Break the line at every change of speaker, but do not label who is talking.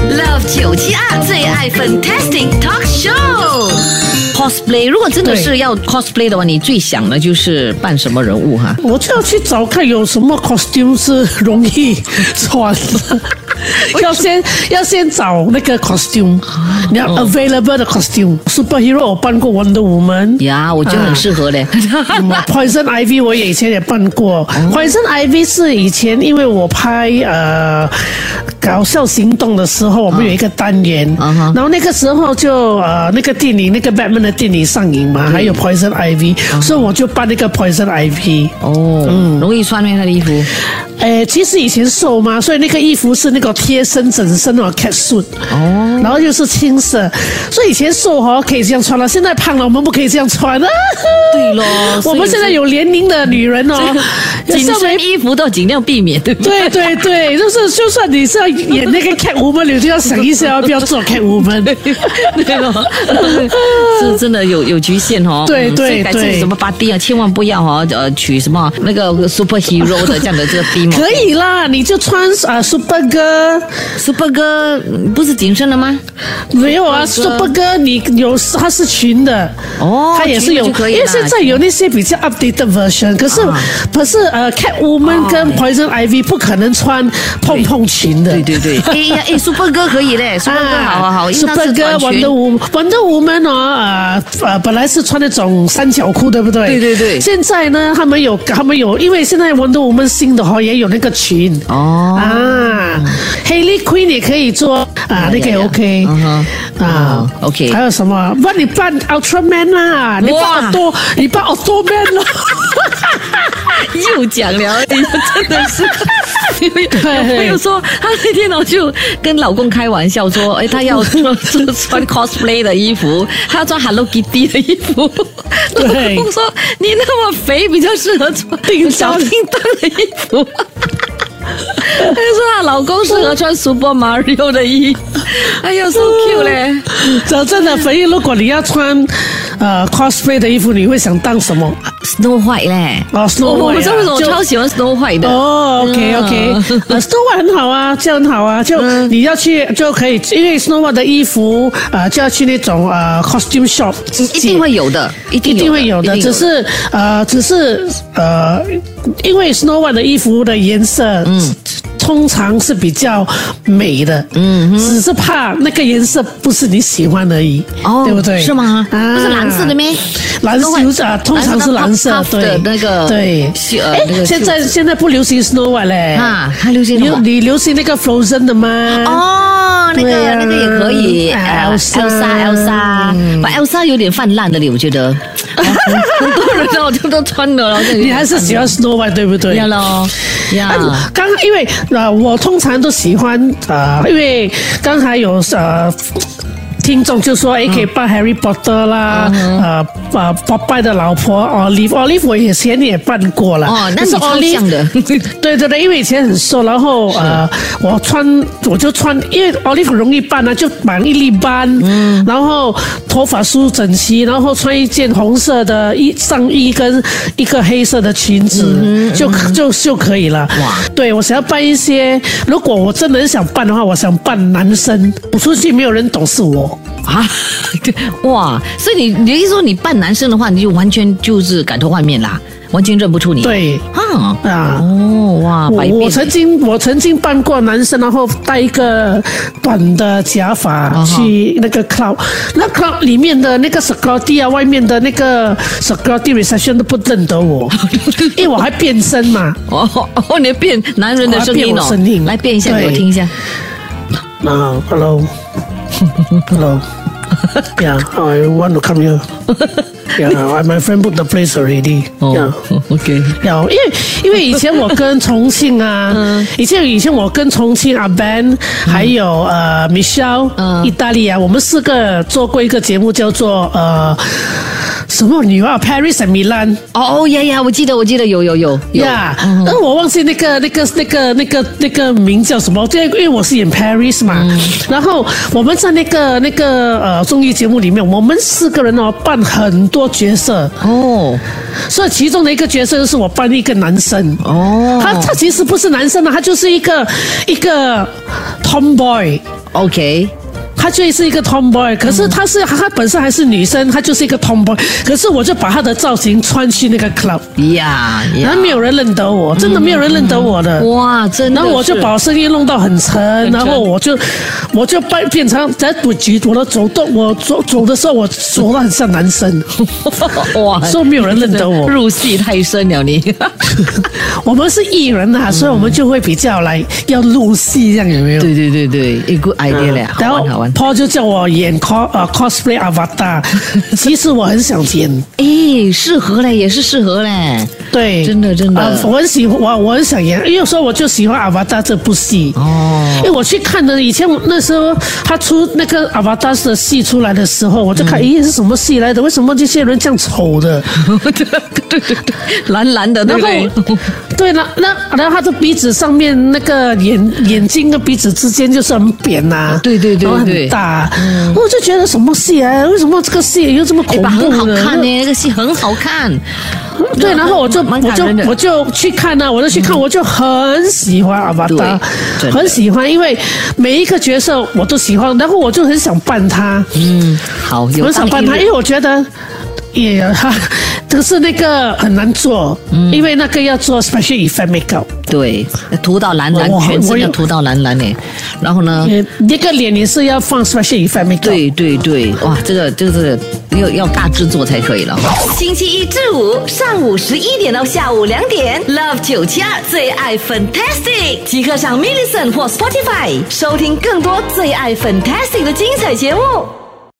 Love 九七二最爱 Fantastic Talk Show。
cosplay，如果真的是要 cosplay 的话，你最想的就是扮什么人物哈？
我就要去找看有什么 costume 是容易 穿的。要先要先找那个 costume，你要
哦
available 的 costume。superhero 我扮过 Wonder Woman，
呀，我觉得很适合嘞。
什么 Poison Ivy 我以前也扮
哦
过。Poison Ivy 是以前因为我拍呃搞笑行动的时候，我们有一个单元，
嗯哼
然后那个时候就呃那个电影那个 Batman 的电影上映嘛，还有 Poison Ivy，、所以
嗯
我就扮那个 Poison Ivy。
哦，容易穿吗？他的衣服？
诶，呃其实以前瘦嘛，所以那个衣服是那个贴身整身那种 cat suit，哦，然后又是青色，所以以前瘦哈可以这样穿了，现在胖了我们不可以这样
哦
穿啊。
对咯
我们现在有年龄的女人哦，
紧
身
身
为
衣服都尽量避免， 对不对？
对对对，就是就算你是要演那个 cat woman，你就要想一下要不要做 cat woman。
对咯，是真的有有局限哦。
对
嗯
对
所以改成
对
什么 body 啊，千万不要哦，呃，取什么那个 superhero 的这样的这个 theme 哦。
可以啦，你就穿啊 super girl，
Super 哥嗯不是紧身的吗？
没有啊，Super 哥，你有它是群的，
哦
它也是有，
群的就可以啦
因为现在有那些比较 updated version，可是、
啊
可是呃，Catwoman 跟 Poison Ivy 不可能穿蓬蓬裙的，
对对啊对， 哎呀哎，Super 哥可以嘞，Super 哥好好好，因为他
，Super
是
哥
短裙
Wonder Woman Wonder Woman 哦，呃呃，本来是穿那种三角裤，对不对？
对对对
现在呢，他们有他们有，因为现在 Wonder Woman 新的哈也有那个裙
哦
啊，Haley Quinn 也可以做啊，那个也
呀呀
OK
嗯哼
啊
哦，OK
还有什么？不然你扮 Ultraman 啦，你扮
哇
Auto，你扮 Automan 啦。
啊 又讲了，你真的 是。因为有朋友说，她那天我就跟老公开玩笑说，哎，她 要穿穿 cosplay 的衣服，她要穿 Hello Kitty 的衣服。
对
老公说你那么肥，比较适合穿小叮当的衣 服。她就说她老公适合穿 Super Mario 的衣服，哎呦，so cute 嘞！
讲啊真的，肥，如果你要穿呃 cosplay 的衣服，你会想当什么？
Snow White 嘞，
哦，Snow
我我不知道
White 啊
为什么我
就
超喜欢 Snow White 的。
哦，OK
嗯
OK，呃，Snow White 很好啊，这样很好啊，就你要去就可以，因为 Snow White 的衣服呃就要去那种呃 costume shop 直接
一定会有的，一
一
定
定会有的，
一定
只是呃，只是呃，因为 Snow White 的衣服的颜色，嗯，通常是比较美的，嗯，只是怕那个颜色不是你喜欢而已，
哦
对不啊对？
是吗不是蓝色的咩
蓝色
Snow White-
啊，通常是蓝色
蓝，色的
对
puff- puff 的那个
对
袖，呃那
哎，
个
现在现在不流行 Snow White 嘞，
啊还流行什
你
么
你流行那个 Frozen 的吗？
哦，那
对
个、
啊
那个也可以，
哎
呃
Elsa 嗯
Elsa，Elsa，把 Elsa 有点泛滥的脸，我觉得
哦
很多人哦就都穿了，然后就
你还是喜欢 Snow White 对不对？
要咯，
啊
呀，，
刚因为呃，我通常都喜欢呃，因为刚才有呃。听众就说：“哎，
嗯
可以扮 Harry Potter 啦，呃呃，拜拜的老婆 Olive，Olive 我以前也扮过了。
哦，那
可
你
是
超
Olive-
像的，
对对对，因为以前很瘦，然后呃，我穿我就穿，因为 olive 很容易斑啊，就绑一粒斑，嗯，然后头发梳整齐，然后穿一件红色的衣上衣跟一个黑色的裙子，就就就可以了。
哇
对我想要扮一些，如果我真的很想扮的话，我想扮男生，我出去没有人懂是我。
啊， 对，哇，所以你你一说你扮男生的话，你就完全就是改头换面啦，完全认不出你，，
对
啊，
啊。
哦，哇，
我
百变
我曾经我曾经扮过男生，然后戴一个短的假发
哈
去那个 club，那 club 里面的那个 security 啊，外面的那个 security reception 都不认得我，因为我还变身嘛。
哦哦，你变男人的声音
我要变
哦，
我声音
来变一下给
对
我听一下。
啊、h e l l o h e l l o Yeah, I want to come here. Yeah, my friend booked the place already. Yeah.
哦，OK，
有，因为因为以前我跟重庆 啊，
嗯
以前以前我跟重庆阿 Ben 还有呃 Michelle，
嗯
意大利啊，我们四个做过一个节目叫做呃什么女儿 Paris and Milan
哦哦呀呀，我记得我记得有有有有嗯
呀，但我忘记那个那个那个那个那个名叫什么，因为因为我是演 Paris 嘛，
嗯
然后我们在那个那个呃综艺节目里面，我们四个人哦扮很多角色，
哦
所以其中的一个角色就是我扮一个男生。
哦，
他他其实不是男生啊，他就是一个一个 tomboy，
，OK，
她就是一个 tomboy，可是她是她本身还是女生，她就是一个 tomboy，可是我就把她的造型穿去那个 club，
呀呀
然，后没有人认得我，真的没有人认得我的。
哇，真的
然
是，
后我就把我声音弄到很沉，然后我就我就扮变成在赌局，我的走动，我走走的时候，我走得很像男生，
哇，
说没有人认得我。
入戏太深了你，
我们是艺人呐、所以我们就会比较来要入戏，这样有没有？
嗯对对对对一 good idea 嘞，
然
好
后
玩好玩。
Paul 就叫我演 cos 呃 cosplay Avatar，其实我很想演，
哎，适合嘞，也是适合嘞。
对，
真的真的
啊我很喜欢，我我很想演，因为说我就喜欢 Avatar 这部戏。
哦
因为我去看的，以前我那时候他出那个《阿巴达斯》的戏出来的时候，我就
嗯
看，咦、是什么戏来的？为什么这些人这样丑的？
对对对对，蓝蓝的，对
然
不对？
后，对了，那然后他的鼻子上面那个眼眼睛跟鼻子之间就是很扁呐、
对对对
然后
对
很大。啊我就觉得什么戏啊？为什么这个戏又这么
哎，
恐
吧，
怖
很
呢？
好看呢，那个戏很好看。
对，然后我就
蛮
我
感
就
人的嗯
我就去看啊呢、我就去看，我就很喜欢阿巴达
对真，的
很喜欢，因为每一个角色我都喜欢，然后我就很想扮他，
嗯，好，有
我很想
当
扮
一
他，
日
因为我觉得。也 哈，可是那个很难做，
嗯
因为那个要做 special effect makeup，
对，涂到蓝蓝
我，我
全身
我
要
有
涂到蓝蓝呢。然后呢？
也那个脸也是要放 special effect makeup。
对对对，哇，这个这个这个要要大制作才可以了。
星期一至五上午十一点到下午两点，Love 九七二最爱 Fantastic，即刻上 m i l l i c e n t 或 Spotify 收听更多最爱 Fantastic 的精彩节目。